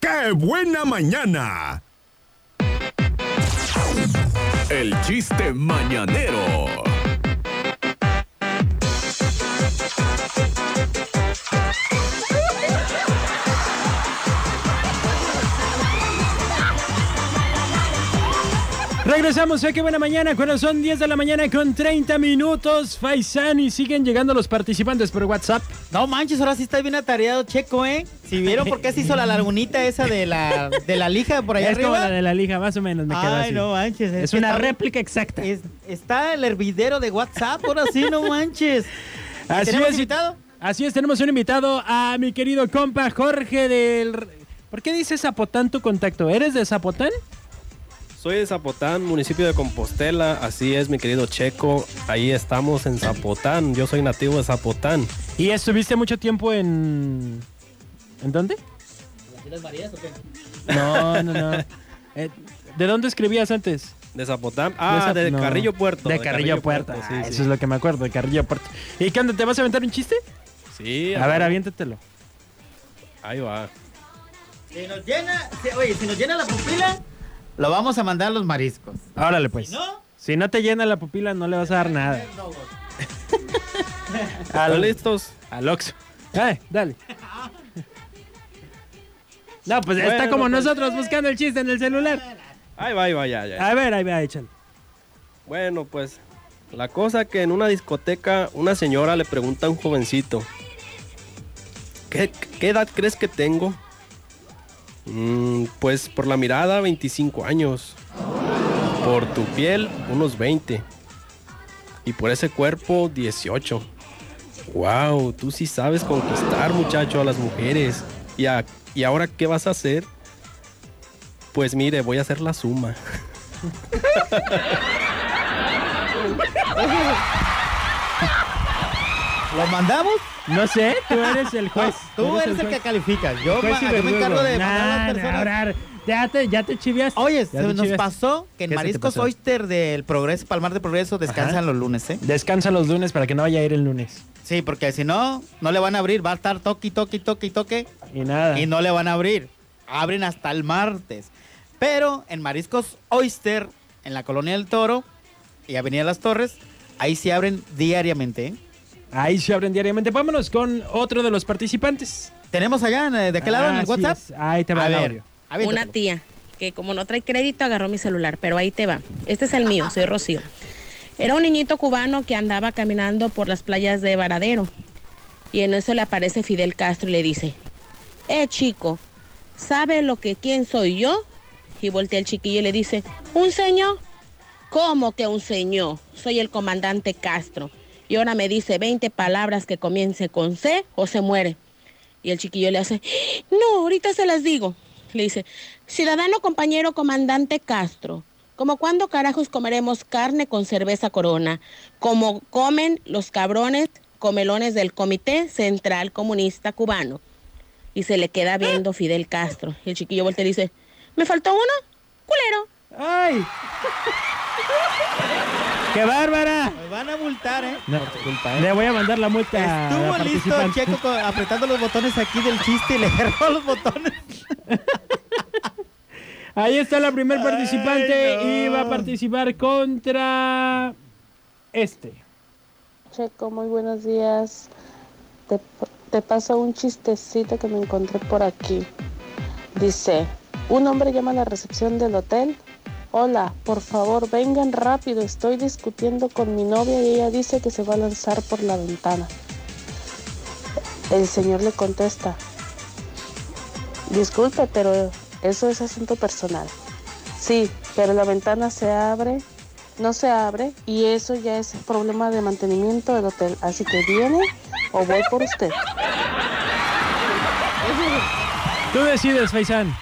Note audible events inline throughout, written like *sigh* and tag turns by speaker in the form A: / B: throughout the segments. A: ¡Qué buena mañana!
B: El chiste mañanero.
C: Regresamos a qué buena mañana, cuando son 10 de la mañana con 30 minutos, Faisán, y siguen llegando los participantes por WhatsApp.
D: No manches, ahora sí está bien atareado Checo, ¿eh? Si vieron por qué se hizo la lagunita esa de la, de la lija por allá
C: es como
D: arriba.
C: la de la lija, más o menos me quedo
D: Ay,
C: así.
D: no manches.
C: es
D: que
C: una
D: está-
C: réplica exacta.
D: es- está el hervidero de WhatsApp, ahora sí, no manches. ¿Y
C: Así
D: tenemos
C: es.
D: invitado?
C: Así es, tenemos un invitado a mi querido compa Jorge del... R- ¿Por qué dice Zapotán tu contacto? ¿Eres de Zapotán?
E: Soy de Zapotán, municipio de Compostela, así es mi querido Checo, ahí estamos en Zapotán, yo soy nativo de Zapotán.
C: ¿Y estuviste mucho tiempo en... ¿En dónde? No, no, no. Eh, ¿De dónde escribías antes?
E: ¿De Zapotán? Ah,
C: Esa-
E: de,
C: no.
E: Carrillo Puerto.
C: De, Carrillo, Puerto.
E: sí,
C: Ah,
E: sí.
C: Eso es lo que me acuerdo, de Carrillo Puerto. ¿Y qué onda? ¿Te vas a aventar un chiste?
E: Sí,
C: A ver, aviéntatelo.
E: ahí va.
D: Si nos llena, si- oye, si nos llena la pupila, lo vamos a mandar a los mariscos.
C: Órale, pues.
D: ¿No?
C: Si no te llena la pupila, no le vas a dar nada. *laughs*
E: ¿Están
C: Al,
E: listos?
C: al Oxxo. Eh,
D: *laughs*
C: dale. No, pues está
E: Bueno,
C: como
E: pues.
C: nosotros buscando el chiste en el celular.
E: Ahí va, ahí va, ya, ya.
C: A ver, ahí va, échalo.
E: Bueno, pues la cosa que en una discoteca una señora le pregunta a un jovencito, ¿qué, qué edad crees que tengo? "Mm, pues por la mirada 25 años, por tu piel unos 20 y por ese cuerpo 18. Wow, tú sí sabes conquistar muchacho a las mujeres. ¿Y, a- ¿Y ahora qué vas a hacer? Pues mire, voy a hacer la suma.
D: ¿Lo mandamos? Ah,
C: No sé, tú eres el juez.
D: Tú eres el que
C: juez.
D: califica. Yo,
C: Juez
D: ma-
C: y
D: yo me
C: pues, verdugo.
D: encargo de mandar a
C: Nah,
D: las
C: nah,
D: personas. Oh.
C: ahora, ya te, ya te chiviaste.
D: Oye,
C: Ya
D: se
C: te
D: nos
C: chiviaste.
D: pasó que
C: ¿Qué se
D: en
C: te
D: Mariscos
C: pasó?
D: Oyster del Progreso, Palmar de Progreso, descansan
C: Ajá.
D: los lunes, ¿eh?
C: Descansa los lunes para que no vaya a ir el lunes.
D: Sí, porque si no, no le van a abrir. Va a estar toque, toque, toque, toque.
C: Y nada.
D: Y no le van a abrir. Abren hasta el martes. Pero en Mariscos Oyster, en la Colonia del Toro y Avenida Las Torres, ahí sí abren diariamente. ¿eh?
C: Ahí se abren diariamente. Vámonos con otro de los participantes.
D: ¿Tenemos allá eh, de qué lado en el
C: Ah, Así
D: WhatsApp?
C: es. Ahí te va
D: a
C: el
D: ver,
C: audio.
D: aviéntatelo.
F: Una tía que como no trae crédito agarró mi celular, pero ahí te va. Este es el mío, soy Rocío. Era un niñito cubano que andaba caminando por las playas de Varadero y en eso le aparece Fidel Castro y le dice, eh chico, ¿sabe lo que quién soy yo? Y voltea el chiquillo y le dice, ¿un señor? ¿Cómo que un señor? Soy el comandante Castro. Y ahora me dice 20 palabras que comience con C o se muere. Y el chiquillo le hace, no, ahorita se las digo. Le dice, ciudadano compañero comandante Castro, ¿como cuándo carajos comeremos carne con cerveza corona? Como comen los cabrones comelones del Comité Central Comunista Cubano. Y se le queda viendo Fidel Castro. Y el chiquillo voltea y dice, ¿me faltó uno? Culero.
C: ¡Ay! ¡Qué bárbara!
D: Nos van a multar, ¿eh?
C: No, Le voy a mandar la multa. a la
D: Estuvo listo
C: participante.
D: Checo con- apretando los botones aquí del chiste y le *laughs* erró los botones.
C: Ahí está la primer participante
D: Ay,
C: y
D: no.
C: va a participar contra este.
G: Checo, muy buenos días. Te, te paso un chistecito que me encontré por aquí. Dice, un hombre llama a la recepción del hotel. Hola, por favor, vengan rápido. Estoy discutiendo con mi novia y ella dice que se va a lanzar por la ventana. El señor le contesta, disculpe, pero eso es asunto personal. Sí, pero la ventana se abre no se abre y eso ya es problema de mantenimiento del hotel. Así que viene o voy por usted.
C: Tú decides, Faisán.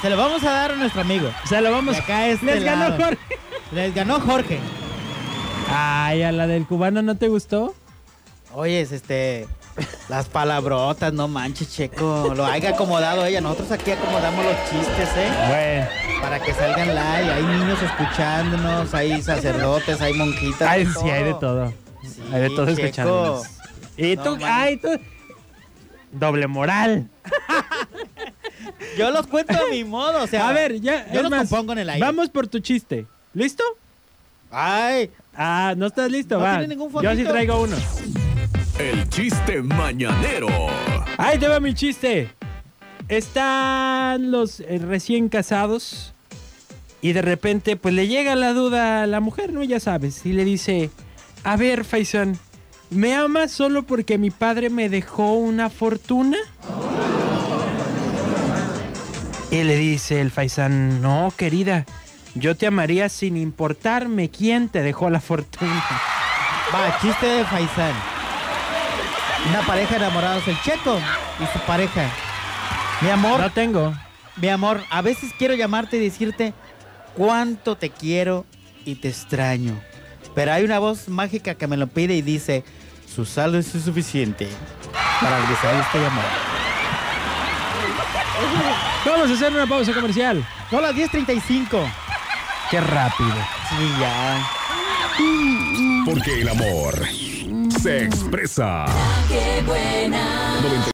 D: Se lo vamos a dar a nuestro amigo.
C: Se lo vamos
D: De acá este
C: Les ganó
D: lado.
C: Jorge.
D: Les ganó Jorge.
C: Ay, a la del cubano no te gustó.
D: Oye, es este. Las palabrotas, no manches, Checo. Lo haya acomodado ella. Nosotros aquí acomodamos los chistes, ¿eh?
C: Bueno.
D: Para que salgan live. Hay niños escuchándonos, hay sacerdotes, hay monjitas.
C: Ay,
D: de
C: sí, hay de todo.
D: Sí,
C: hay de todo
D: Checo.
C: escuchándonos. Y
D: No,
C: tú,
D: mano.
C: ay, tú. Doble moral.
D: Yo los cuento a mi modo, o sea.
C: a ver, ya.
D: Yo
C: es
D: los
C: más,
D: compongo en el aire.
C: Vamos por tu chiste. ¿Listo?
D: Ay,
C: Ah, no estás listo,
D: No
C: va.
D: tiene ningún
C: Yo sí
D: fondito.
C: traigo uno.
B: El chiste mañanero.
C: Ahí te va mi chiste. Están los eh, recién casados y de repente pues le llega la duda a la mujer, ¿no? Ya sabes. Y le dice, a ver, Faisán, ¿me amas solo porque mi padre me dejó una fortuna? Y le dice el Faisán, no, querida, yo te amaría sin importarme quién te dejó la fortuna.
D: va, chiste de Faisán. Una pareja enamorados, el checo y su pareja. Mi amor,
C: No tengo.
D: mi amor, a veces quiero llamarte y decirte cuánto te quiero y te extraño. Pero hay una voz mágica que me lo pide y dice, su saldo es suficiente para realizar este llamado.
C: Vamos a hacer una pausa comercial.
D: No, las 10.35.
C: Qué rápido.
D: Sí, ya.
A: Porque el amor se expresa.